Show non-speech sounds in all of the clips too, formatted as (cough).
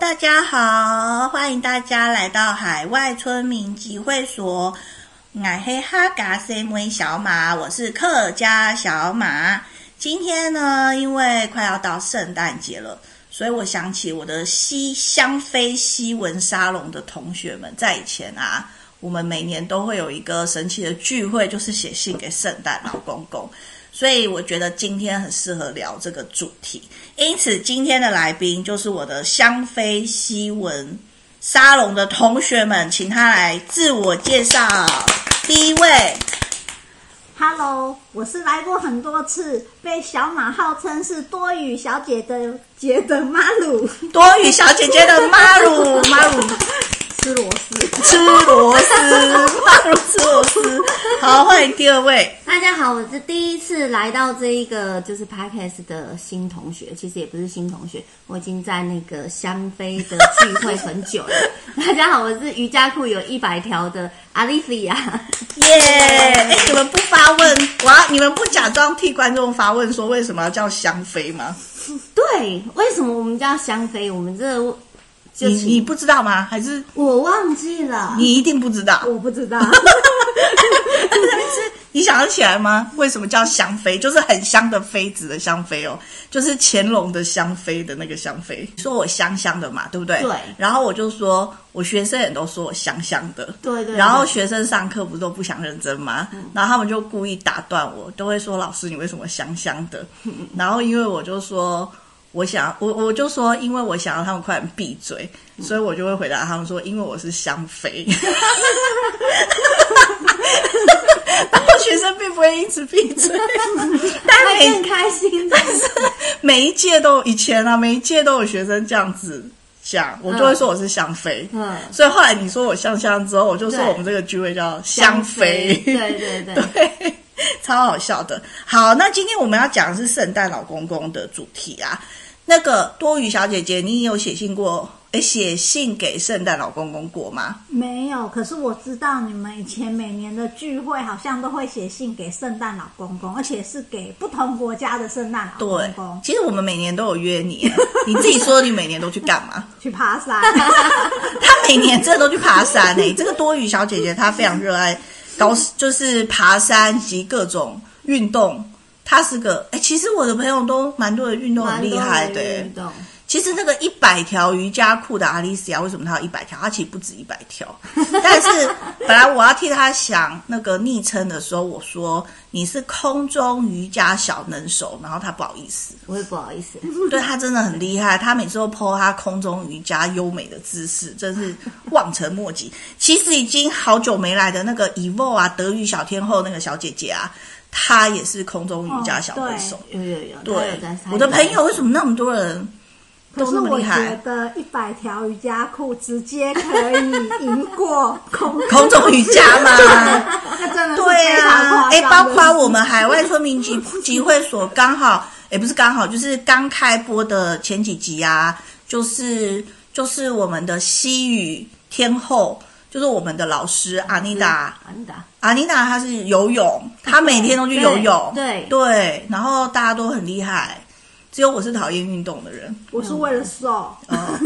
大家好，欢迎大家来到海外村民集会所。矮黑哈嘎 C M 小马，我是客家小马。今天呢，因为快要到圣诞节了，所以我想起我的西香妃西文沙龙的同学们，在以前啊，我们每年都会有一个神奇的聚会，就是写信给圣诞老公公。所以我觉得今天很适合聊这个主题。因此，今天的来宾就是我的香妃西文沙龙的同学们，请他来自我介绍。第一位， Hello，我是来过很多次，被小马号称是多语小姐的姐的马鲁，多雨小姐姐的马鲁， (laughs) 马鲁吃螺丝。吃螺丝，马鲁吃螺丝。好，欢迎第二位，大家好，我是第一次来到这一个就是 podcast 的新同学，其实也不是新同学，我已经在那个香妃的聚会很久了。大家好，我是瑜伽裤有一百条的阿丽菲亚，耶、哎你们不发问，我要你们不假装替观众发问，说为什么要叫香妃吗？对，为什么我们叫香妃？我们这就你你请不知道吗？还是我忘记了，你一定不知道？我不知道，是你想得起来吗？为什么叫香妃？就是很香的妃子的香妃哦，就是乾隆的香妃的那个香妃。说我香香的嘛，对不对？对然后我就说，我学生也都说我香香的。对嗯对然后对学生上课不都不想认真吗？然后他们就故意打断我，都会说老师你为什么香香的？然后因为我就说。我想，我我就说，因为我想要他们快点闭嘴，嗯所以我就会回答他们说，因为我是香 (laughs) 妃。然后学生并不会因此闭嘴，但会更每开心的。每一届都有以前啊，每一届都有学生这样子讲，我就会说我是香妃。嗯，所以后来你说我香香之后，我就说对我们这个聚会叫香妃，对对对， (laughs) 对，超好笑的。好，那今天我们要讲的是圣诞老公公的主题啊。那个多余小姐姐，你有写信过？诶，写信给圣诞老公公过吗？没有。可是我知道你们以前每年的聚会好像都会写信给圣诞老公公，而且是给不同国家的圣诞老对公，公其实我们每年都有约你，你自己说你每年都去干嘛？ (laughs) 去爬山。她每年真的都去爬山诶、这个多雨小姐姐她非常热爱高，就是爬山及各种运动。她是个哎、其实我的朋友都蛮多人运动很厉害的、欸蛮多的运动，其实那个一百条瑜伽裤的阿丽西亚，为什么她有一百条？她其实不止一百条。 (laughs) 但是本来我要替她想那个昵称的时候，我说你是空中瑜伽小能手，然后她不好意思。我也不好 (laughs) 意思，对他真的很厉害，他每次都 PO 他空中瑜伽优美的姿势，真是望尘莫及。其实已经好久没来的那个 Evo 啊，德语小天后那个小姐姐啊，她也是空中瑜伽小能手。有有有，对他哦有在，我的朋友为什么那么多人可都是那么我厉 (laughs) 觉害？得一百条瑜伽裤直接可以赢过空空中瑜伽 (laughs) 嘛，那真的是对非常啊，夸张哎、的包括我们海外村民集集会所刚好，也、不是刚好，就是刚开播的前几集啊，就是就是我们的西语天后，就是我们的老师阿妮嗯达，安妮达，阿妮达她是游泳，她每天都去游泳，对对对，然后大家都很厉害，只有我是讨厌运动的人，我是为了瘦。哦，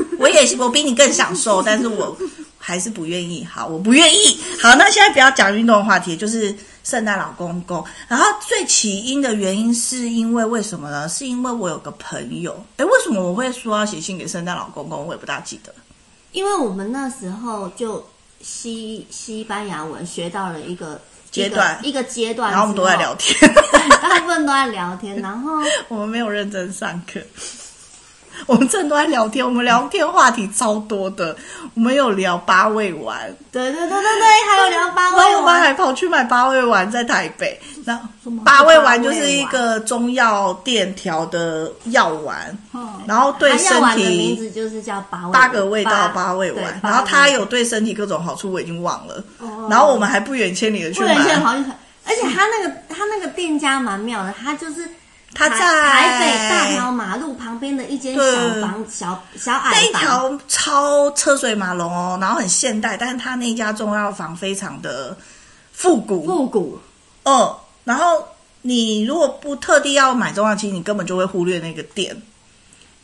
(laughs) 我也是，我比你更享受，但是我还是不愿意。好，我不愿意。好，那现在不要讲运动的话题，就是圣诞老公公。然后最起因的原因是因为为什么呢？是因为我有个朋友，哎，为什么我会说要写信给圣诞老公公？我也不大记得。因为我们那时候就西西班牙文学到了一个阶段一个一个阶段，然后我们都在聊，天， (laughs) 大部分都在聊天，然 (laughs) 后我们没有认真上课。我们真的都在聊天，我们聊天话题超多的，我们有聊八味丸，对对对对对，还有聊八然后位我妈玩，还跑去买八味丸，在台北。那么八味丸就是一个中药店调的药丸，哦嗯，然后对他要身玩啊的名体字就是叫八味八个味道八味对丸，八然后它味有对身体各种好处，我已经忘了。哦然后我们还不远千里的去不能买，像好像，而且他那个他那个店家蛮妙的，他就是。他在台北大条马路旁边的一间对小房小小矮那一房，条超车水马龙哦，然后很现代，但是它那家中药房非常的复古，复古，嗯，然后你如果不特地要买中药，其实你根本就会忽略那个店。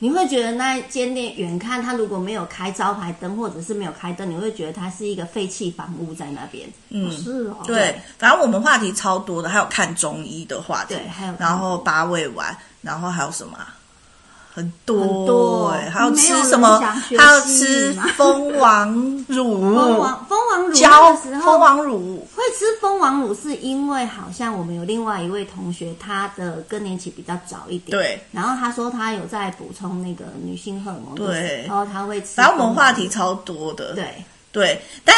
你会觉得那间店远看它如果没有开招牌灯，或者是没有开灯，你会觉得它是一个废弃房屋在那边。是嗯，哦，对，反正我们话题超多的，还有看中医的话题，对，还有然后八味丸，然后还有什么啊、很多很多哎还有没有吃人什么？想还学要西吃医嘛 (laughs) 蜂王乳， (laughs) 蜂王蜂王乳嗯胶的时候蜂，王乳，会吃蜂王乳是因为好像我们有另外一位同学，他的更年期比较早一点，。对，然后他说他有在补充那个女性荷尔蒙，对然后他会吃。反正我们话题，超多的，对，对，但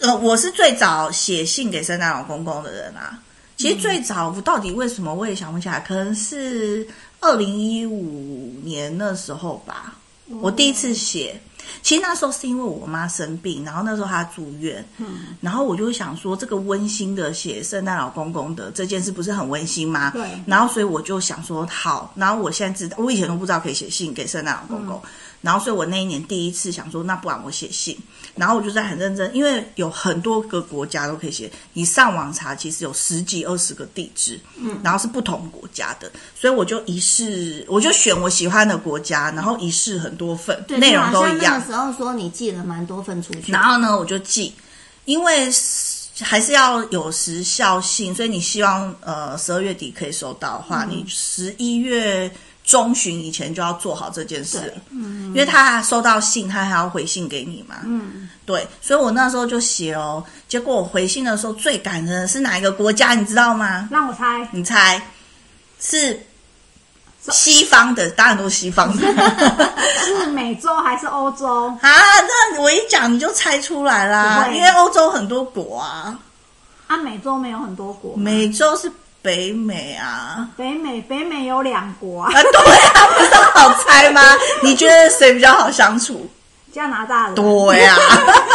呃，我是最早写信给圣诞老公公的人啊。其实最早我到底为什么我也想不起来，可能是二零一五年那时候吧，哦我第一次写。其实那时候是因为我妈生病，然后那时候她住院，嗯，然后我就想说，这个温馨的写圣诞老公公的这件事不是很温馨吗？对然后所以我就想说，好，然后我现在知道，我以前都不知道可以写信给圣诞老公嗯公，然后所以我那一年第一次想说，那不然我写信，然后我就在很认真，因为有很多个国家都可以写，你上网查，其实有十几二十个地址，嗯，然后是不同国家的，所以我就一试，我就选我喜欢的国家，然后一试很多份，对，内容你都好一像样那个，时候说你寄了蛮多份出去，然后呢，我就寄，因为还是要有时效性，所以你希望呃十二月底可以收到的话，你十一月中旬以前就要做好这件事了对，嗯，因为他收到信，他还要回信给你嘛，嗯，对，所以我那时候就写哦，结果我回信的时候最感人的是哪一个国家，你知道吗？让我猜，你猜是西方的，当然都是西方的 (laughs) 是美洲还是欧洲？啊，那我一讲你就猜出来啦，不会因为欧洲很多国啊。啊，美洲没有很多国，美洲是北美啊，北美北美有两国啊，啊对啊，不是很好猜吗？你觉得谁比较好相处？加拿大人。对啊，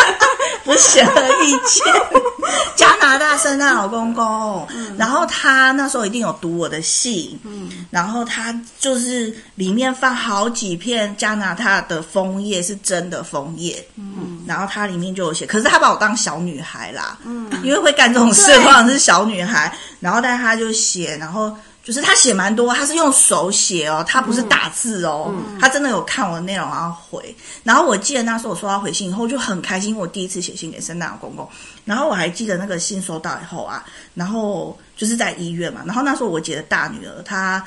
(laughs) 不显而易见。加拿大圣诞老公公，然后他那时候一定有读我的信，然后他就是里面放好几片加拿大的枫叶，是真的枫叶，嗯，然后它里面就有写，可是他把我当小女孩啦，嗯，因为会干这种事对通常是小女孩，然后但他就写，然后。就是他写蛮多，他是用手写哦，他不是打字哦，他真的有看我的内容然后回。然后我记得那时候我收到回信以后，我就很开心，我第一次写信给圣诞老公公。然后我还记得那个信收到以后啊，然后就是在医院嘛，然后那时候我姐的大女儿她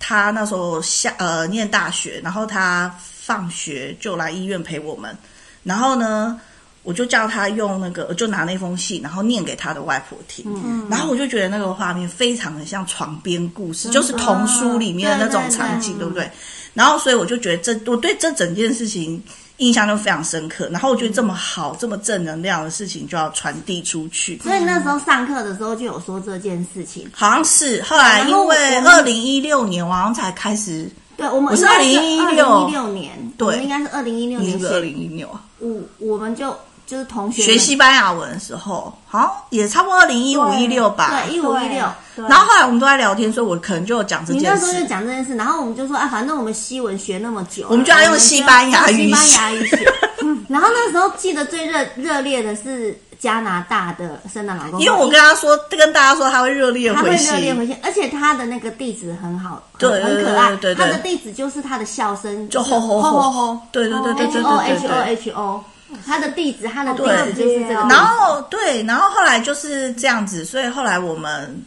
她那时候下呃念大学，然后她放学就来医院陪我们，然后呢。我就叫她用那个，就拿那封信，然后念给她的外婆听。嗯然后我就觉得那个画面非常的像床边故事，就是童书里面的那种场景，哦对对对对不对？然后所以我就觉得这我对这整件事情印象就非常深刻。然后我觉得这么好、这么正能量的事情就要传递出去。所以那时候上课的时候就有说这件事情。好像是后来，然后因为我二们零一六年，我好像才开始，对，我们我是二零一六年，对我们应该是二零一六你年是写二零一六我我们就就是同学学们西班牙文的时候，好像也差不多二零一五一六吧。对一五一六。对，然后后来我们都在聊天，所以我可能就有讲这你件那时候就事。讲这件事，然后我们就说啊，反正我们西文学那么久，我们就要用西班牙语我们就要用西写班牙语写。嗯然后那时候记得最热热烈的是加拿大的圣诞老公公，因为我跟他说，跟大家说他会热烈他会回热烈信，回信，而且他的那个地址很好，对很对很可爱。对对对他的地址就是他的笑声，就吼吼吼吼吼，对对对对对 H O 对 H O，H 对 O 对。 H O，他的地址，他的地对址就是这个地址。然后对，然后后来就是这样子，所以后来我们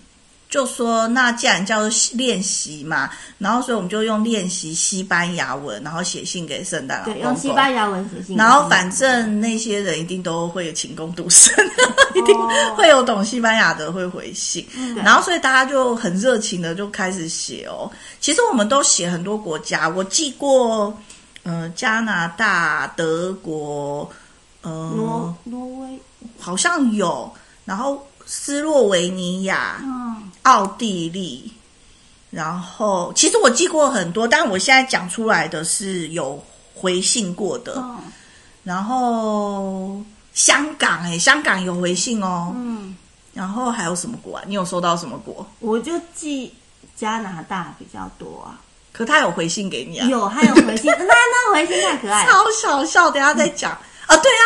就说，那既然叫练习嘛，然后所以我们就用练习西班牙文，然后写信给圣诞老公对，公。用西班牙文写信。然后反正那些人一定都会勤工读生，哦一定 (laughs) 会有懂西班牙的会回信，嗯然后所以大家就很热情的就开始写哦。其实我们都写很多国家，我寄过呃加拿大、德国，呃挪挪威，好像有，然后斯洛维尼亚、嗯，奥地利，然后其实我寄过很多，但我现在讲出来的是有回信过的，哦然后香港哎、香港有回信哦，嗯，然后还有什么国啊？你有收到什么国？我就记加拿大比较多啊。可他有回信给你啊？有，还有回信，那那回信太可爱 (laughs) 了。超哦小笑，等一下再讲、啊。对啊，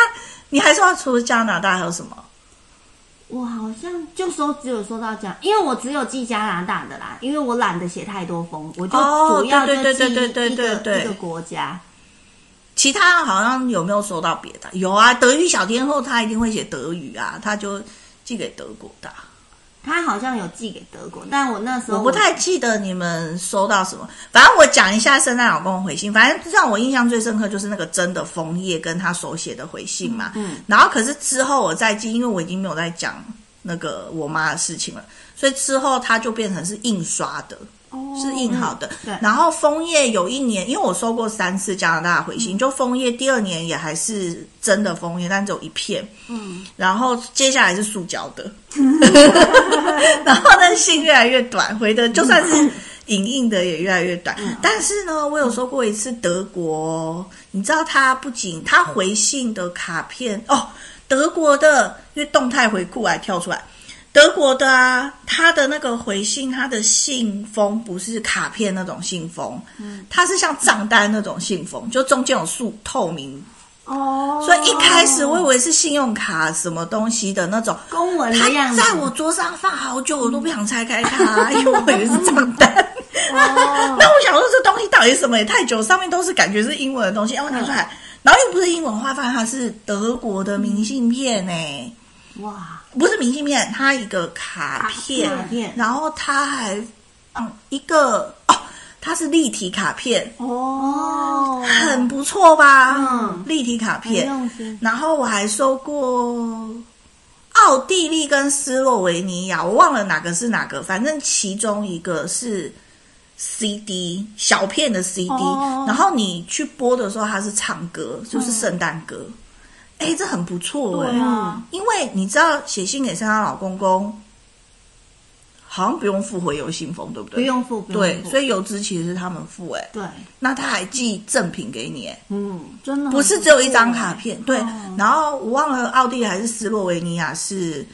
你还说除了加拿大还有什么？我好像就收只有收到这样，因为我只有寄加拿大的啦，因为我懒得写太多封，我就哦主要就对对对寄对对一对个对一个国家。其他好像有没有收到别的？有啊，德语小天后她一定会写德语啊，她就寄给德国的啊。他好像有寄给德国，但我那时候我不太记得你们收到什么，反正我讲一下圣诞老公的回信。反正让我印象最深刻就是那个真的枫叶跟他手写的回信嘛。嗯然后可是之后我再记，因为我已经没有在讲那个我妈的事情了，所以之后它就变成是印刷的。哦是印好的。嗯对然后枫叶有一年，因为我收过三次加拿大的回嗯信，就枫叶第二年也还是真的枫叶，但只有一片。嗯，然后接下来是塑胶 (laughs) 的， (laughs) 然后呢信越来越短，回的就算是影印的也越来越短。嗯但是呢，我有收过一次德国，你知道他不仅他回信的卡片哦，德国的因为动态回顾还跳出来。德国的啊，他的那个回信，他的信封不是卡片那种信封，它是像账单那种信封，就中间有塑透明哦，所以一开始我以为是信用卡什么东西的那种，公文的样它子，在我桌上放好久，我都不想拆开 (laughs) 它，因为我以为是账单。哦 (laughs) 那我想说这东西到底是什么？也太久，上面都是感觉是英文的东西，然后拿出嗯来，然后又不是英文化，发现它是德国的明信片哎、哇，不是明信片，它一个卡片，卡片然后它还嗯一个哦，它是立体卡片，哦，很不错吧？嗯立体卡很片，用心，然后我还收过奥地利跟斯洛维尼亚，我忘了哪个是哪个，反正其中一个是 CD 小片的 CD，、哦然后你去播的时候它是唱歌，就是圣诞歌，哦哎、这很不错哎、对啊，因为你知道写信给圣诞老公公。好像不用付回邮信封，对不对？不用付，不用对，付所以邮资其实是他们付、哎，对，那他还寄赠品给你、哎，嗯，真的不是只有一张卡片，对哦。然后我忘了奥地利还是斯洛维尼亚是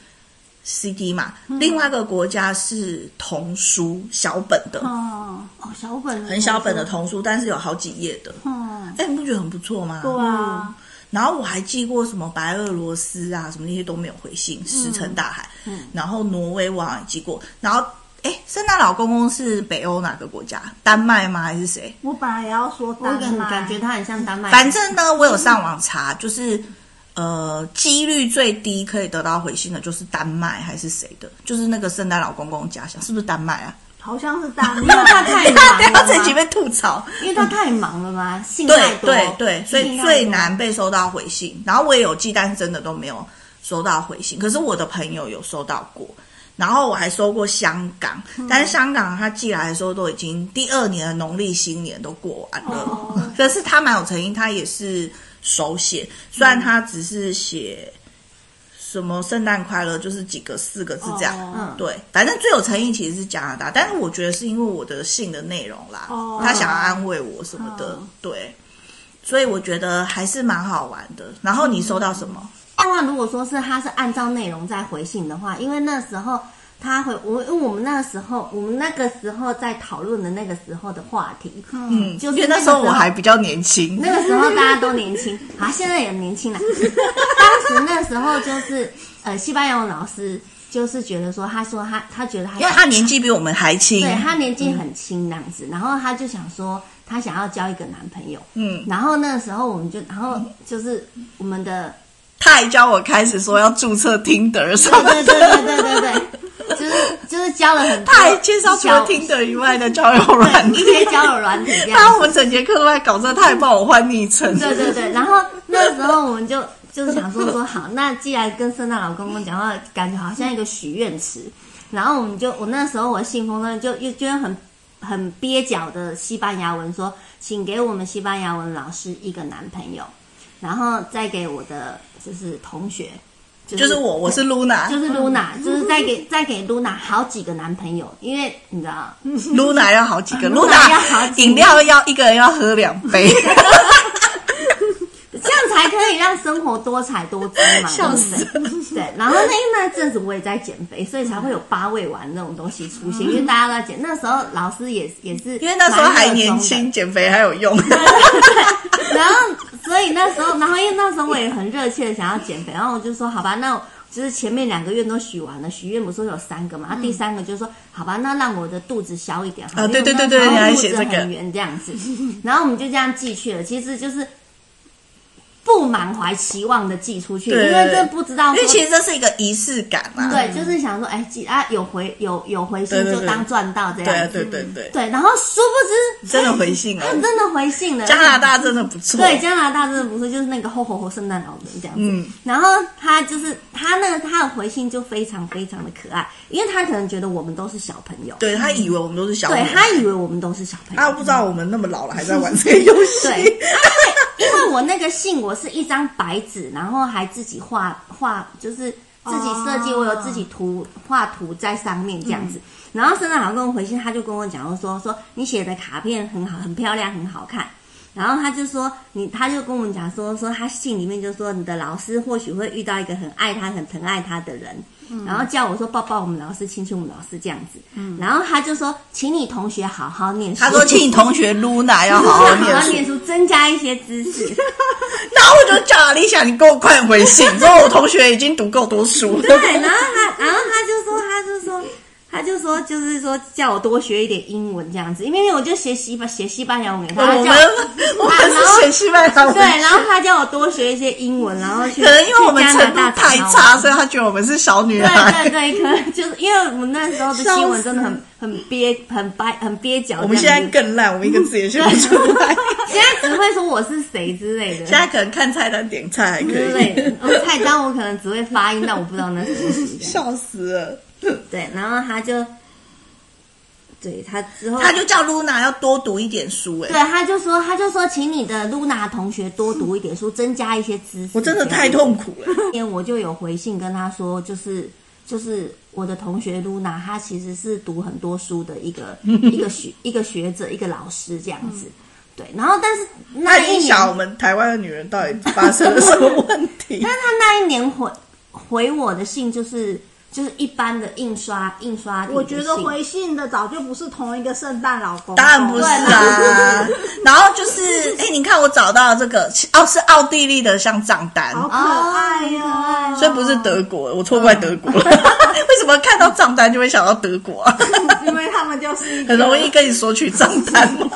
CD 嘛，嗯另外一个国家是童书小本的，哦，哦，小本的很小本的童书，但是有好几页的。嗯，哎，你不觉得很不错吗？对啊，然后我还寄过什么白俄罗斯啊，什么那些都没有回信，石沉大海。嗯然后挪威我好像也寄过，然后哎，圣诞老公公是北欧哪个国家？丹麦吗？还是谁？我本来也要说我丹感麦，感觉它很像丹麦，嗯反正呢，我有上网查，就是呃，几率最低可以得到回信的，就是丹麦还是谁的？就是那个圣诞老公公家乡，是不是丹麦啊？好像是丹因为它麦，太不要不忙要了这几嘛，被吐槽。因为它太忙了嘛，信太对多，对对，所以信太最多难被收到回信。然后我也有寄，但是真的都没有收到回信。可是我的朋友有收到过，然后我还收过香港，嗯但是香港他寄来的时候都已经第二年的农历新年都过完了，哦可是他蛮有诚意，他也是手写，虽然他只是写。什么圣诞快乐， (laughs) 就是几个四个字这样，嗯哦对，反正最有诚意其实是加拿大，但是我觉得是因为我的信的内容啦，哦他想要安慰我什么的，哦嗯对，所以我觉得还是蛮好玩的。然后你收到什么？当然，如果说是他是按照内容在回信的话，因为那时候他回我，因为我们那时候我们那个时候在讨论的那个时候的话题，嗯，就是因为那那个时候时我候还比较年轻， (laughs) 那个时候大家都年轻，好，现在也年 (laughs) 轻了。当时那时候就是呃，西班牙文老师就是觉得说，他说他他觉得因他为他年纪比我们还轻，嗯对他年纪很轻那样子，然后他就想说他想要交一个男朋友，嗯，然后那时候我们就然后就是我们的他还教我开始说要注册 Tinder 什么对的，对对对对对，就是就是教了很多，他还介绍除了交 Tinder 以外的交友软对件一，些交友软体这然后样我子。们整节课都在搞这，他还帮我换昵称，对对对，然后那时候我们就就是想说说好，那既然跟圣诞老公公讲话，感觉好像一个许愿池，然后我们就我那时候我的信封呢就又就用很很蹩脚的西班牙文说，请给我们西班牙文老师一个男朋友，然后再给我的就是同学，就就是我，我是 Luna， (laughs) 就是 (laughs) Luna，就是再给再给 Luna 好几个男朋友，因为你知道， Luna 要好几个 Luna 要好，Luna 几个饮料要一个人要喝两 (laughs) 杯，这样才可以让生活多彩多姿嘛，笑对不对对，然后那因为那阵子我也在减肥，所以才会有八味丸那种东西出现，因为大家都在减。那时候老师也也是，因为那时候还年轻，。减肥还有用。 (laughs) 然后，所以那时候，然后因为那时候我也很热切的想要减肥，然后我就说好吧，那就是前面两个愿都许完了，许愿不是有三个嘛，啊然后第三个就是说，好吧，那让我的肚子小一点，好嗯啊因为对对我那时对对候你还肚写子这个很圆这样子，然后我们就这样寄去了，其实就是。不满怀期望的寄出去，因对对为对这不知 (laughs) 因道说为其实这是一个仪式感啊嘛。对，就是想说，哎，既啊有回有有回信对对就对当赚到这对啊样子。对对对，对，嗯然后殊不知真的回 (laughs) 信他哦，真的回信了，加拿大真的不错。对加拿大真的不是就是那个吼吼吼圣诞老人这样子。嗯然后他就是他那个他的回信就非常非常的可爱，因为他可能觉得我们都是小朋友，对他以为我们都是小对孩，他以为我们都是小朋友。他不知道我们那么老了还在玩这个游戏。(laughs) (laughs) 对，因为因为我那个信我是一张白纸，然后还自己画画，就是自己设计，哦我有自己图画图在上面这样子。嗯然后圣诞老公跟我回信，他就跟我讲说说你写的卡片很好，很漂亮，很好看。然后他就说你，他就跟我们讲说说他信里面就说你的老师或许会遇到一个很爱他、很疼爱他的人，嗯然后叫我说抱抱我们老师，亲亲我们老师这样子。然后他就说，请你同学好好念书。他说：“请你同学露娜要啊好好念书。念书，增加一些知 (laughs) 识。”然后我就叫阿丽莎，你给我快回信，说我同学已经读够多书了。对，然后他，然后他就说，他就说，他就说，就是说叫我多学一点英文这样子，因为我就学西班写西班牙文给我他，们叫我们是写西班牙文对，，然后他叫我多学一些英文，然后去可能因为我们去加程拿度大太找差，所以他觉得我们是小女孩。对对对，可能就是因为我们那时候的新闻 (laughs) 真的很很憋很掰很憋脚这样子，我们现在更烂，我们一个字也写不出来。现在只会说我是谁之类的， (laughs) 现在可能看菜单点菜还可之类以，的，我菜单我可能只会发音，但我不知道那是什么东西。笑死了。对，然后他就，对他之后他就叫露娜要多读一点书，哎对，，他就说，他就说，请你的露娜同学多读一点书，增加一些知识。我真的太痛苦了。今天我就有回信跟他说，就是就是我的同学露娜，她其实是读很多书的一 (laughs) 个一个学一个学者，一个老师这样子。对，然后但是嗯他 (laughs) 那已一经年，想我们台湾的女人到底发生了什么问题但。是他那一年回回我的信就是就是一般的印刷印刷体的我觉得信回信的早就不是同一个圣诞老哦公公，当然不是啊， (laughs) 然后就是，哎、你看我找到这个，哦，是奥地利的像账单，好可爱呀、哦所以不是德国，我错怪德 (laughs) 国了。为什么看到账单就会想到德国啊？因为他们就是一个很容易跟你索取账单 (laughs) 嘛，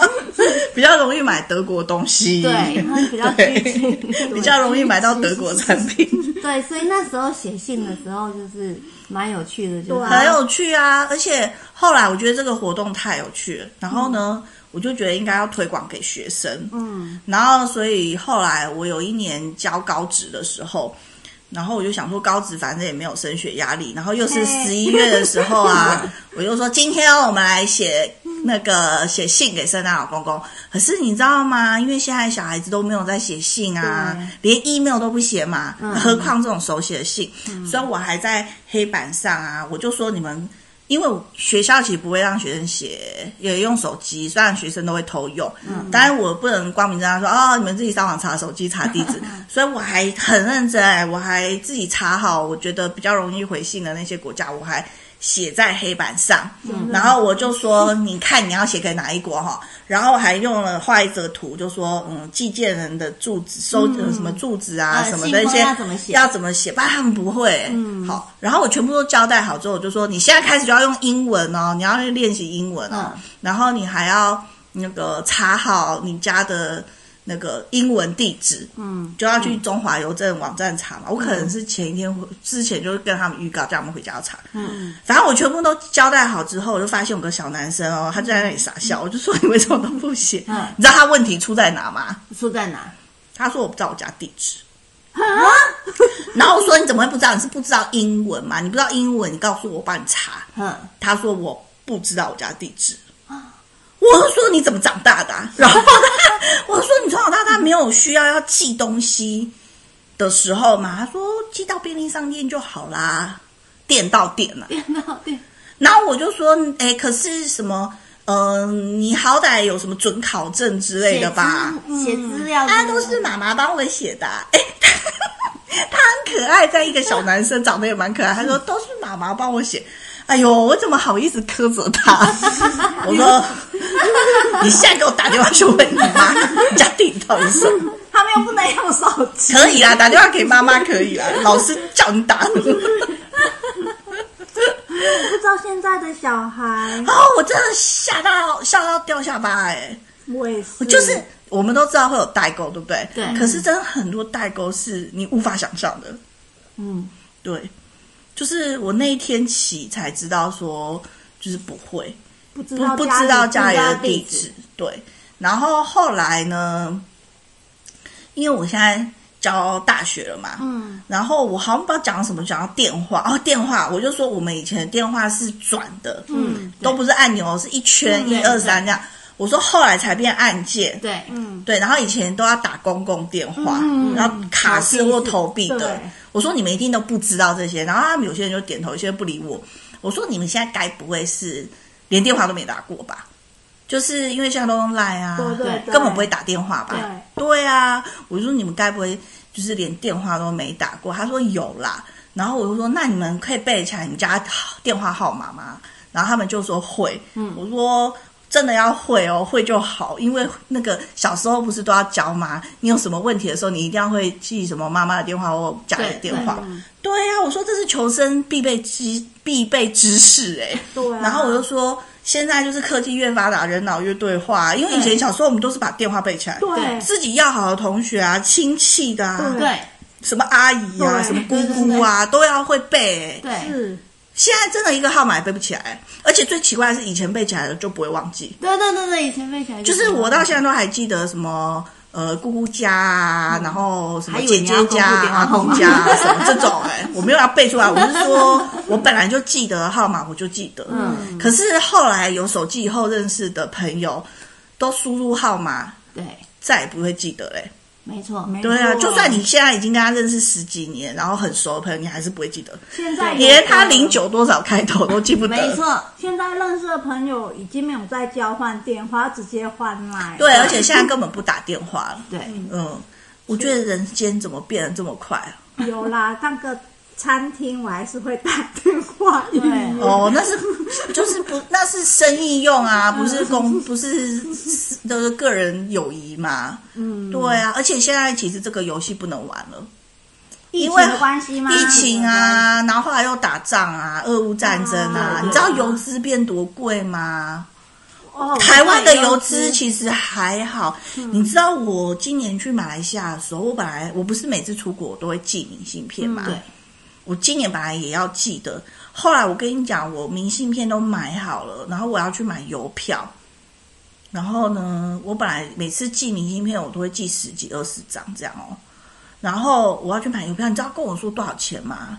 比较容易买德国东西，对它比较对拘谨比较容易买到德国产品，对，所以那时候写信的时候就是蛮有趣的，就是对啊很有趣啊！而且后来我觉得这个活动太有趣了，然后呢，我就觉得应该要推广给学生，嗯，然后，所以后来我有一年教高职的时候，然后我就想说高职反正也没有升学压力，然后又是嘿十一月的时候啊，我就说今天我们来写那个写信给圣诞老公公。可是你知道吗？因为现在小孩子都没有在写信啊，连 email 都不写嘛，何况这种手写的信。所以我还在黑板上啊，我就说你们。因为学校其实不会让学生写，也用手机，虽然学生都会偷用，当然我不能光明正大说哦，你们自己上网查手机查地址，所以我还很认真、哎，我还自己查好，我觉得比较容易回信的那些国家，我还写在黑板上，嗯然后我就说你看你要写给哪一国哈，然后还用了画一则图，就说嗯，寄件人的住址、收、呃什么住址啊、呃什么的一些信封要怎么写要怎么写，不然他们不会。嗯，好，然后我全部都交代好之后，我就说你现在开始就要用英文哦，你要练习英文哦，嗯然后你还要那个查好你家的那个英文地址，嗯，就要去中华邮政网站查嗯嘛。我可能是前一天回之前就跟他们预告，叫他们回家要查。嗯，反正我全部都交代好之后，我就发现有个小男生哦，他就在那里傻笑，我就说你为什么都不写？嗯你知道他问题出在哪吗？出在哪？他说我不知道我家地址。啊啊然后我说你怎么会不知道？你是不知道英文吗？你不知道英文，你告诉我，我帮你查。嗯，他说我不知道我家地址。我就说你怎么长大的啊、然后他，我说你从小到大没有需要要寄东西的时候嘛？他说寄到便利商店就好啦，店到店了。电脑店然后我就说，哎，可是什么，嗯、你好歹有什么准考证之类的吧？嗯写资料啊，都是妈妈帮我写的、啊。哎、 (laughs) 他他很可爱，在一个小男生，长得也蛮可爱。他说都是妈妈帮我写。哎呦，我怎么好意思苛责他？我说你现在给我打电话去问你妈，你家地到底是什么？他们又不能用手 (laughs) 机，可以啦，打电话给妈妈可以啦，啊老师叫你打。哦我不知道现在的小孩，哦，我真的吓到吓到掉下巴哎、我也是，就是我们都知道会有代沟，对不对？嗯对可是真的很多代沟是你无法想象的。嗯，对，就是我那一天起才知道说，就是不会，不知不道不家知道家里的不知道地址址。对，然后后来呢，因为我现在教大学了嘛，嗯，然后我好像不知道讲什么，讲到电话哦，电话，我就说我们以前的电话是转的，嗯，都不是按钮，是一圈嗯一对二三这样。我说后来才变按键，对，嗯，对，然后以前都要打公共电话，嗯然后卡式或投币的对。我说你们一定都不知道这些，然后他们有些人就点头，有些人不理我。我说你们现在该不会是连电话都没打过吧？就是因为现在都用 Line 啊，对对对根本不会打电话吧？对啊，我就说你们该不会就是连电话都没打过？他说有啦，然后我就说那你们可以背起来你们家电话号码吗？然后他们就说会，嗯，我说真的要会哦，会就好，因为那个小时候不是都要教吗？你有什么问题的时候，你一定要会记什么妈妈的电话或家里的电话。对呀、我说这是求生必备知必备知识哎、对啊。然后我就说，现在就是科技越发达，人脑越对话。因为以前小时候我们都是把电话背起来，对自己要好的同学啊、亲戚的啊，对对，什么阿姨啊、对什么姑姑啊，都要会背、欸。对，是，现在真的一个号码也背不起来，而且最奇怪的是，以前背起来了就不会忘记。对对对对，以前被起来就是我到现在都还记得什么呃姑姑家啊，然后什么姐姐家啊、阿还以为你要公公布家电话啊号码什么这种哎、我没有要背出来，我是说我本来就记得号码，我就记得。嗯可是后来有手机以后认识的朋友，都输入号码，对，再也不会记得嘞、没错，没对啊，错就算你现在已经跟他认识十几年，然后很熟的朋友，你还是不会 (laughs) 记得，现在有你连他的零九多少开头都记不得。没错，现在认识的朋友已经没有在交换电话，直接换来。对，而且现在根本不打电话了。对，嗯，我觉得人间怎么变得这么快啊？有 (laughs) 啦，那个餐厅我还是会打电话 (laughs) 预约。对哦，那是就是不那是生意用啊，不是公不是都是个人友谊嘛。嗯，对啊，而且现在其实这个游戏不能玩了，疫因情为的关系吗？疫情，啊，然后后来又打仗啊，俄乌战争啊，啊你知道油资变多贵吗？哦，台湾的油对资嗯其实还好，你知道我今年去马来西亚的时候，我本来我不是每次出国我都会寄明信片嘛，对，我今年本来也要寄的，后来我跟你讲，我明信片都买好了，然后我要去买邮票。然后呢，我本来每次寄明信片，我都会寄十几二十张这样哦。然后我要去买邮票，你知道跟我说多少钱吗？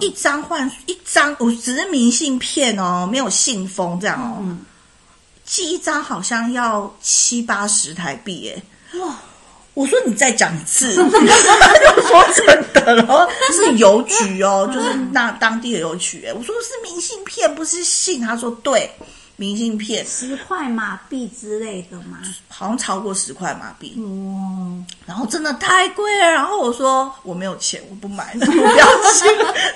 一张换一张，我只是明信片哦，没有信封这样哦。嗯寄一张好像要七八十台币耶。哇！我说你再讲一次，就 (laughs) 说真的，然后是邮局哦，就是那当地的邮局耶。我说是明信片，不是信。他说对，明信片十块马币之类的嗯嘛。好像超过十块马币。哦，然后真的太贵了，然后我说我没有钱，我不买， (laughs) 不要寄。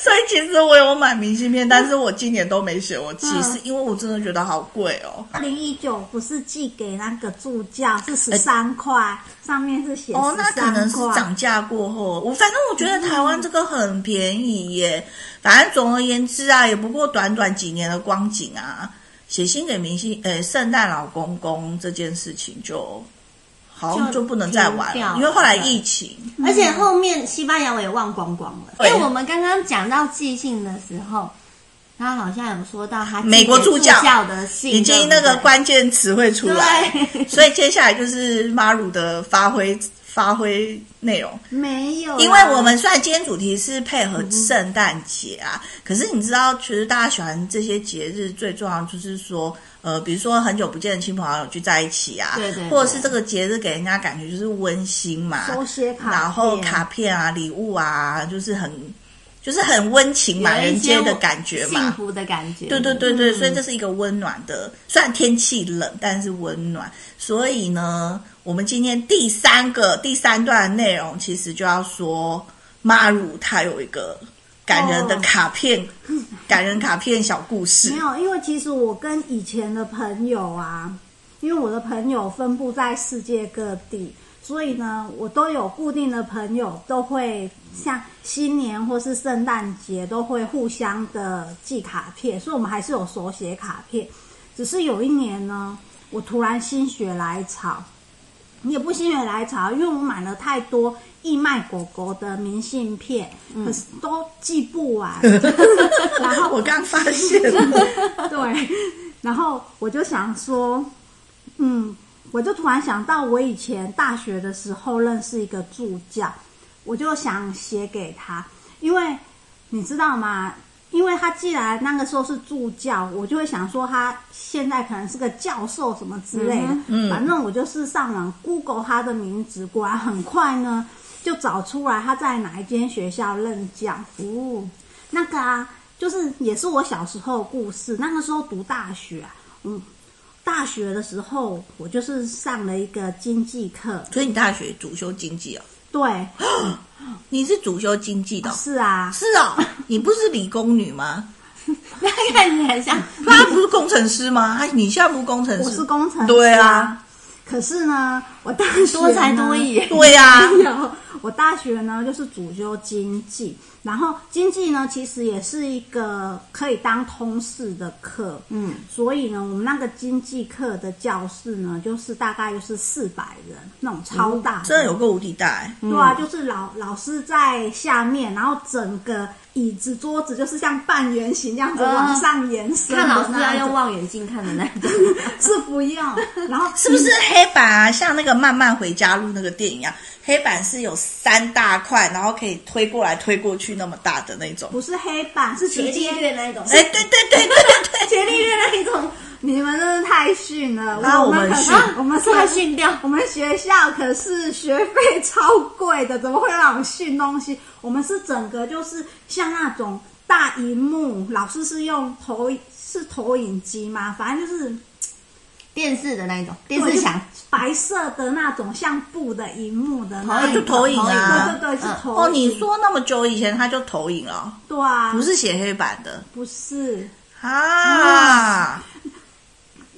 所以其实我有买明信片，但是我今年都没写我寄，嗯是因为我真的觉得好贵哦。二零一九不是寄给那个助教是十三块，上面是写哦，那十可能三是块。涨价过后，我反正我觉得台湾这个很便宜耶。反正总而言之啊，也不过短短几年的光景啊，写信给明星，呃，圣诞老公公这件事情就好像就就不能再玩停掉了，了因为后来对疫情，而且后面西班牙我也忘光光了，因对为我们刚刚讲到寄信的时候，他好像有说到他寄美国给助助教的信已经那个关键词汇出对来，不对，所以接下来就是马鲁的发挥发挥内容。没哦有啦，啊因为我们虽然今天主题是配合圣诞节嗯啊，可是你知道，其实大家喜欢这些节日最重要就是说，呃，比如说很久不见的亲朋好友聚在一起啊，对对对或者是这个节日给人家感觉就是温馨嘛，手写卡片，然后卡片啊、礼物啊，就是很就是很温情满人街的感觉嘛，幸福的感觉，对对对对，嗯所以这是一个温暖的，虽然天气冷，但是温暖。所以呢，我们今天第三个第三段的内容，其实就要说妈乳她有一个感人的卡片，嗯感人卡片小故事没。有，因为其实我跟以前的朋友啊，因为我的朋友分布在世界各地，所以呢，我都有固定的朋友，都会像新年或是圣诞节都会互相的寄卡片，所以我们还是有手写卡片。只是有一年呢，我突然心血来潮，也不心血来潮，因为我买了太多义卖狗狗的明信片，可是都寄不完，然后 (laughs) 我刚发现 (laughs) 了，对，然后我就想说，嗯，我就突然想到我以前大学的时候认识一个助教，我就想写给他，因为你知道吗？因为他既然那个时候是助教，我就会想说他现在可能是个教授什么之类的。反正我就是上网 Google 他的名字，果然很快呢就找出来他在哪一间学校任教。哦，那个啊，就是也是我小时候的故事。那个时候读大学、啊，嗯，大学的时候我就是上了一个经济课，所以你大学主修经济哦，对，你是主修经济的哦、是啊，是哦，你不是理工女 (laughs) 吗？ (laughs) 那看起来很像她不是工程师吗？她你现在不是工程师？我是工程师、对啊，可是呢，我大学多才呢多艺，对啊呀、 (laughs) 有，我大学呢就是主修经济，然后经济呢其实也是一个可以当通识的课，嗯，所以呢，我们那个经济课的教室呢，就是大概就是四百人那种超大的，真的有够无敌大哎、对啊，就是老老师在下面，然后整个椅子桌子就是像半圆形这样子嗯往上延伸的看那老种，师要用望远镜看的那种，是不用，然后是不是黑板啊？像那个《慢慢回家路》那个电影一样，黑板是有三大块，然后可以推过来推过去那么大的那种。不是黑板，是直接那 (laughs) 一种哎，对对对对对对，伽利略那一种，你们真是太逊了。那我们可逊我们是是还训掉。我们学校可是学费超贵的，怎么会让我们训东西？我们是整个就是像那种大荧幕，老师是用投是投影机吗？反正就是电视的那一种，电视墙，白色的那种像布的荧幕的那啊种，就投影啊对对对，嗯是投影。 (laughs) 哦， (laughs) 你说那么久以前他就投影了，对啊？不是写黑板的不是啊？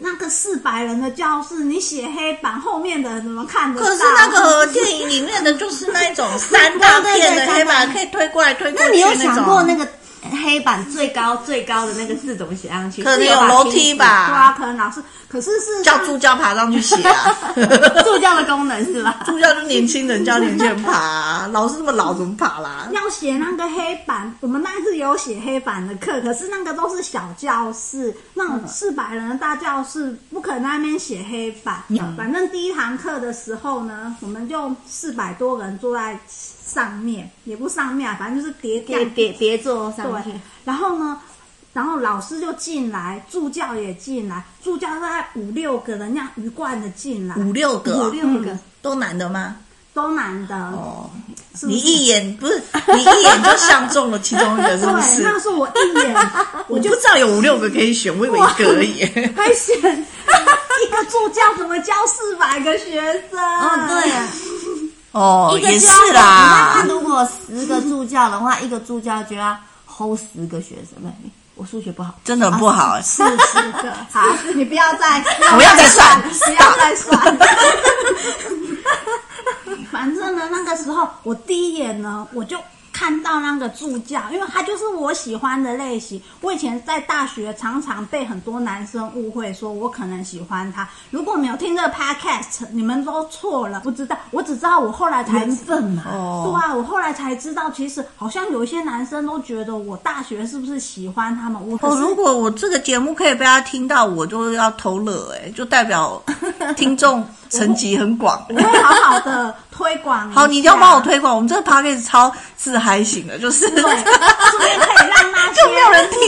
那个四百人的教室，你写黑板，后面的人怎么看得到？可是那个电影里面的就是那一种三大片的黑板，可以推过来推过去那你有想过那种？个黑板最高最高的那个字怎么写上去？可能是有把楼梯对吧？啊，可能老师，可是是叫助教爬上去写 (laughs) 啊。梯？助教的功能是吧？助教就年轻人教年轻人爬、啊老师这么老怎么爬啦？要写那个黑板，我们那次有写黑板的课，可是那个都是小教室，那种四百人的大教室，不可能在那边写黑板。嗯反正第一堂课的时候呢，我们就四百多个人坐在上面，也不上面啊，反正就是叠别叠别别坐上去对，，然后呢，然后老师就进来，助教也进来，助教大概五六个人，那样鱼贯的进来，五六个五哦、六个，都男的吗？都男的。哦，是不你是一眼不是你一眼就相中了其中一个，是不 (laughs) 对，是？那时候我一眼我就不知道有五六个可以选，我以为一个而已。还选一个助教怎么教四百个学生？哦，对啊， (laughs) 哦一个就要你看他如果十个助教的话，一个助教就要 hold 十个学生。妹我数学不好，真的很不好哎、四十个。好，你不要再，不要再算不要再算。反正呢，那个时候我第一眼呢，我就看到那个助教，因为他就是我喜欢的类型。我以前在大学常常被很多男生误会，说我可能喜欢他。如果没有听这个 podcast，你们都错了，不知道。我只知道我后来才 (laughs) 缘分嘛哦对啊，我后来才知道，其实好像有一些男生都觉得我大学是不是喜欢他们？我可哦，是如果我这个节目可以被他听到，我就要偷乐哎、就代表听众层级很广。我会好 (laughs) 好的推广。好，你一定要帮我。推广，我们这个 p a c k a g e 超自嗨型的，就是对，顺便可以让那些 (laughs) 就没有人听。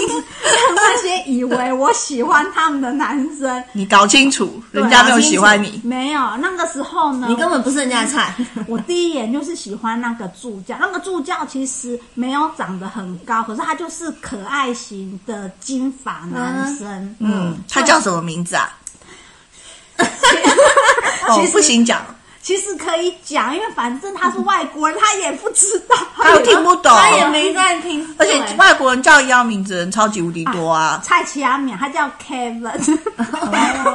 让那些以为我喜欢他们的男生， (laughs) 你搞清楚，啊人家没有喜欢你。没有那个时候呢，你根本不是人家的菜。我第一眼就是喜欢那个助教，那个助教其实没有长得很高，可是他就是可爱型的金发男生。嗯嗯，他叫什么名字啊？其哦，实不行讲，其实可以讲，因为反正他是外国人，他也不知道，他又听不懂，他也没乱听，而且外国人叫医药名字的人超级无敌多 (laughs) 啊。蔡奇阿敏，他叫 Kevin，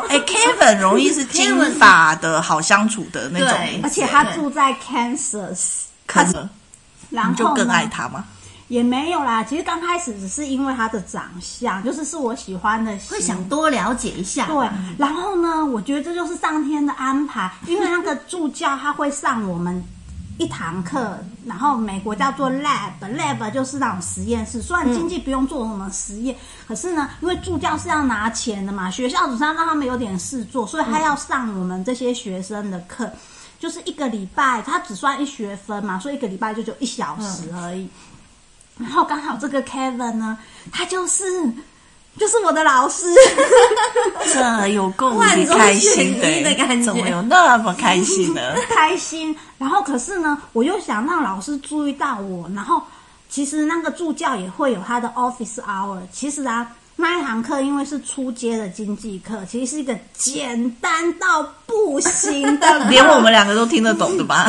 哎、k e v i n 容易是金发的好相处的那种对名 (laughs) 而字，且他住在 Kansas，可能然后你就更呢爱他吗？也没有啦，其实刚开始只是因为他的长相，就是是我喜欢的型，会想多了解一下。对，然后呢，我觉得这就是上天的安排，因为那个助教他会上我们一堂课，然后美国叫做 lab，lab 就是那种实验室，虽然经济不用做什么实验，可是呢，因为助教是要拿钱的嘛，学校只是要让他们有点事做，所以他要上我们这些学生的课。就是一个礼拜，他只算一学分嘛，所以一个礼拜就只有一小时而已。然后刚好这个 Kevin 呢，他就是就是我的老师，这有够无万敌中开心选一的感觉欸怎么有那么开心 (laughs) 呢？开心。然后可是呢，我又想让老师注意到我，然后其实那个助教也会有他的 office hour。其实啊，那一堂课因为是初阶的经济课，其实是一个简单到不行的课， (laughs) 连我们两个都听得懂的吧？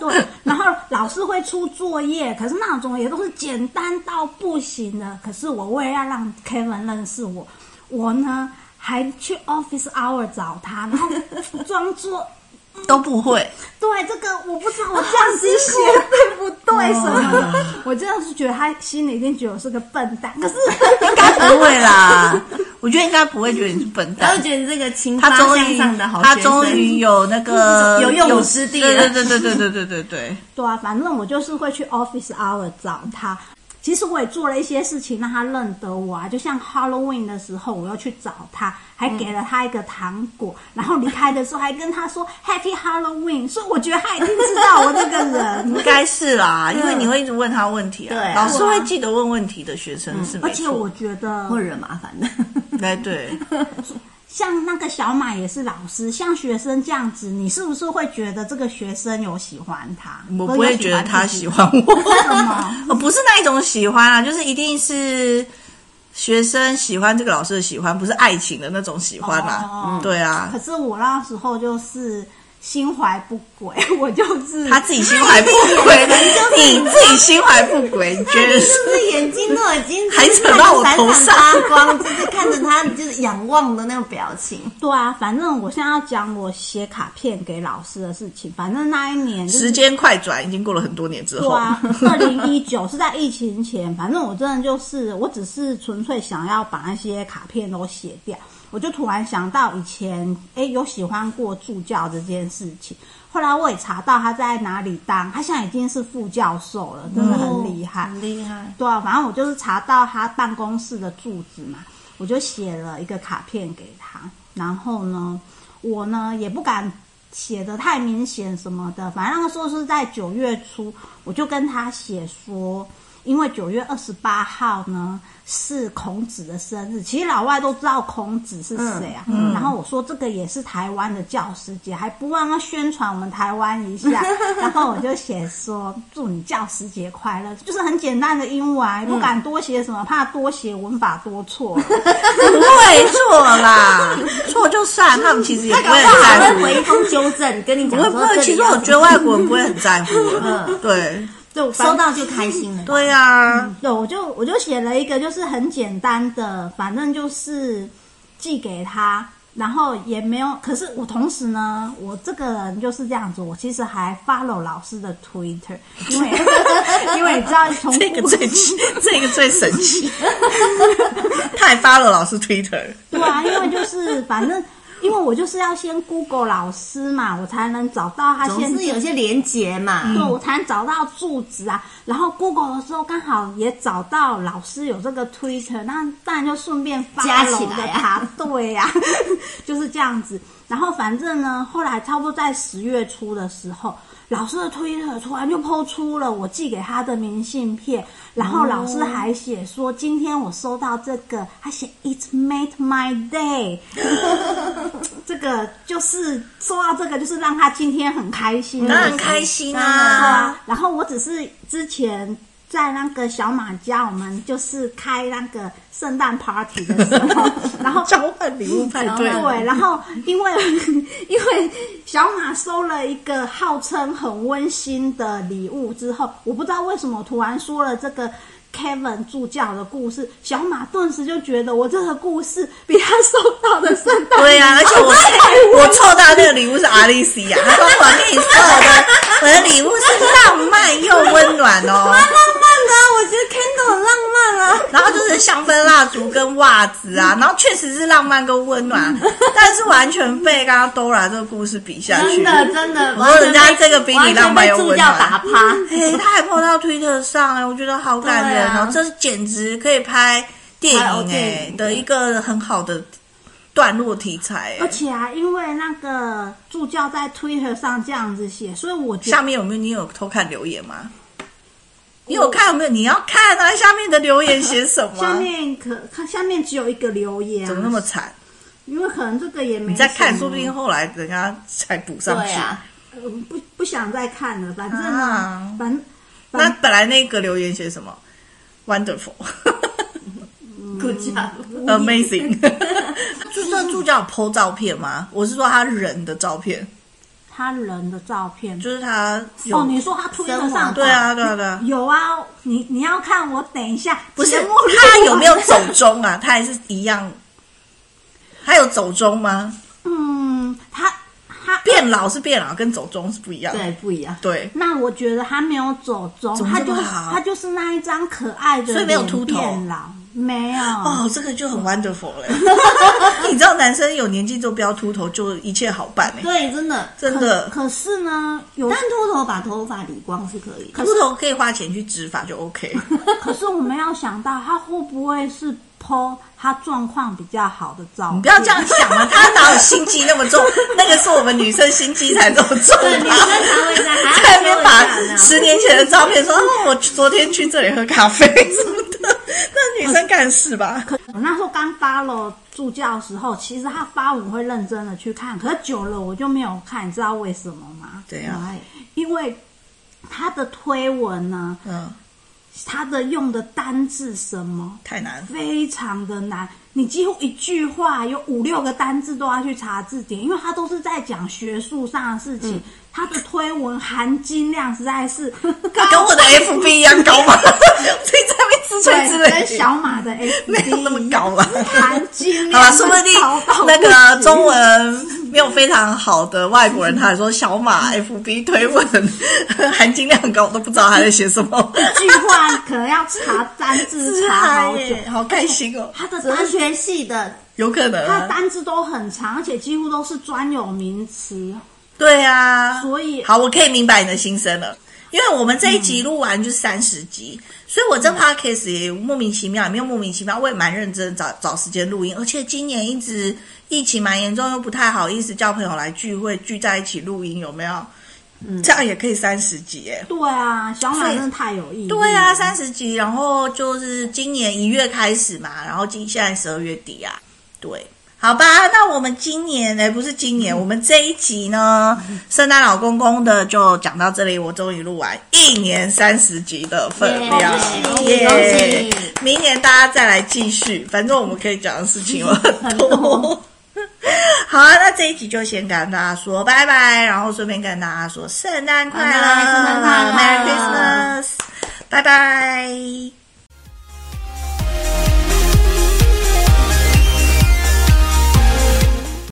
对，然后老师会出作业，可是那种也都是简单到不行的。可是我为了要让 Kevin 认识我，我呢还去 office hour 找他，然后装作都不会，对这个我不知道我这样子写对啊不对什么的，我真的是觉得他心里一定觉得我是个笨蛋，可是应该不会啦。 (laughs) 我觉得应该不会觉得你是笨他会蛋。觉得这个情他发终向于上的好，他终于。 (laughs) 有那个有用武之地对了对对对对对对对对啊，反正我就是会去 office hour 找他。其实我也做了一些事情让他认得我啊，就像 Halloween 的时候，我又去找他，还给了他一个糖果，然后离开的时候还跟他说 Happy Halloween，所以我觉得他已经知道 (laughs) 我这个人， (laughs) 应该是啦，因为你会一直问他问嗯题啊，嗯对啊老师会记得问问题的学生是没错。而且我觉得会惹麻烦的，哎对，像那个小马也是老师，像学生这样子，你是不是会觉得这个学生有喜欢他？ (laughs) 我不会觉得他喜欢为什我，么？ (laughs) 我不是那一种喜欢啊，就是一定是学生喜欢这个老师的喜欢，不是爱情的那种喜欢啦、哦嗯对啊可，是我那时候就是心怀不轨，我就是他自己心怀不 (laughs) 轨，你自己心怀不轨，你觉得是？就是眼睛都已经还扯到我头上闪闪发 (laughs) 光，就是看着他就是仰望的那种表情。对啊，反正我现在要讲我写卡片给老师的事情。反正那一年就是时间快转，已经过了很多年之对后， (laughs) 啊，二零一九 (laughs) 是在疫情前，反正我真的就是，我只是纯粹想要把那些卡片都写掉，我就突然想到以前，哎，有喜欢过助教这件事情。后来我也查到他在哪里当，他现在已经是副教授了，真的很厉害。嗯很厉害。对啊，反正我就是查到他办公室的住址嘛，我就写了一个卡片给他。然后呢，我呢也不敢写的太明显什么的，反正那个时候是在九月初，我就跟他写说，因为九月二十八号呢是孔子的生日，其实老外都知道孔子是谁啊。然后我说这个也是台湾的教师节，还不忘要宣传我们台湾一下。然后我就写说祝你教师节快乐，就是很简单的英文啊，也不敢多写什么，怕多写文法多错。不会错啦，错就算，他们其实也他不搞会不很好还在乎会。回风纠正，跟你不讲会说不嗯会，这其里实要我觉得外国人不会很在乎了。对对，反收到就开心了。对啊，对，我就我就写了一个，就是很简单的，反正就是寄给他，然后也没有。可是我同时呢，我这个人就是这样子，我其实还 follow 老师的 Twitter，因 (laughs) 为因为你知道从 (laughs) 这个最 (laughs) 气，这个最神 (laughs) 奇。他还发了老师 Twitter，对啊，因为就是反正。因为我就是要先 Google 老师嘛，我才能找到他总现是有些连结嗯嘛，对，我才能找到住址啊。然后 Google 的时候，刚好也找到老师有这个 Twitter，那当然就顺便发加起了来啊他。对呀、 (laughs) 就是这样子。然后反正呢，后来差不多在十月初的时候，老师的 Twitter 突然就抛出了我寄给他的明信片，然后老师还写说、今天我收到这个，他写 It made my day。这个就是收到这个，就是让他今天很开心的当事情。然开心啊对啊。然后我只是之前在那个小马家，我们就是开那个圣诞 party 的时 (laughs) 候，然后嗯交换礼物派对，对，然后因为 (laughs) 因为小马收了一个号称很温馨的礼物之后，我不知道为什么突然说了这个 Kevin 助教的故事，小马顿时就觉得我这个故事比他收到的圣诞对啊 (laughs) 呀、而且我我抽到那个礼物是阿丽西亚，她 (laughs) 说我给你送的，我的礼物是浪漫又温暖哦，浪漫的啊，我觉得 Kendall 很浪漫啊。然后就是香氛蜡烛跟袜子 (laughs) 啊，然后确实是浪漫跟温暖，但是完全被刚刚 Dora 这个故事比下去真。的真的，我说人家完全这被个比你浪漫又完全被助温教暖打趴。哎，他还碰到推特上哎，我觉得好感人哦，对啊这简直可以拍电拍哦影电哎影的一个很好的段落题材而哎。且啊，因为那个助教在 Twitter 上这样子写，所以我觉下得面有没有你有偷看留言吗？你有看有没有？你要看啊！下面的留言写什么？啊下面可看下面只有一个留言啊、怎么那么惨？因为可能这个也没你再看，什么说不定后来人家才补上嗯对去。啊，呃不不想再看了，反正呢，啊反那反本来那个留言写什么 (laughs) ，wonderful，嗯鼓掌。 (laughs) amazing。助这助教有 PO 照片吗？我是说他人的照片，他人的照片就是他有、哦，你说他推特生活上对啊对啊对啊，有啊，你你要看我等一下不是节目录他完有没有走中啊？他还是一样，他有走中吗？ (laughs) 嗯他他变老是变老，跟走中是不一样的。对，不一样。对，那我觉得他没有走中，怎么他这就么好他就是那一张可爱的，所以没有秃头变老，没有。哦，这个就很 wonderful (laughs) 嘞。你知道男生有年纪就不要秃头，就一切好办嘞。对，真的。真的，可是呢，有但秃头把头发理光是可以的。秃头可以花钱去植发就 OK。可是我们要想到他会不会是 PO 他状况比较好的照片？你不要这样想嘛，他哪有心机那么重？那个是我们女生心机才这么重对，女生啊。才会这样，还在那边要修一把下呢。十年前的照片说，哦，我昨天去这里喝咖啡什么的，那女生干事吧？可我那时候刚发了助教的时候，其实他发文会认真的去看，可是久了我就没有看，你知道为什么吗？对呀、哎因为他的推文呢，嗯，他的用的单字什么太难。非常的难，你几乎一句话有五六个单字都要去查字典，因为他都是在讲学术上的事嗯情，他的推文含金量实在是 (laughs) 跟高。我的 FB 一样高吗？所 (laughs) 以在那边自吹自对，跟擂，小马的 F (laughs) 没有那么高啊吧？含 (laughs) 金好吧，量是说不定高到不行，那个中文没有非常好的外国人，他还说小马 FB 推文含金量很高，我都不知道他在写 (laughs) 什么。句话可能要查单字查好久。好开心哦，他的哲单学系的 (laughs) 有可能、他的啊。单字都很长，而且几乎都是专有名词，对啊，所以好，我可以明白你的心声了。因为我们这一集录完就是三十集，所以我这 podcast 也莫名其妙，也没有莫名其妙，我也蛮认真找找时间录音，而且今年一直疫情蛮严重，又不太好意思叫朋友来聚会，聚在一起录音，有没有？这样也可以三十集耶。对啊，小马所以真的太有意义。对嗯啊，，三十集，然后就是今年一月开始嘛，然后今现在十二月底啊，对，好吧，那我们今年哎，不是今 (laughs) 年，我们这一集呢，圣诞老公公的就讲到这里，我终于录完一年三十集的分量，耶恭喜耶恭喜明年大家再来继续，反正我们可以讲的事情有 (laughs) 很多。好啊，那这一集就先跟大家说拜拜，然后顺便跟大家说圣诞快乐，拜拜圣诞快乐 m e r r y Christmas，拜拜。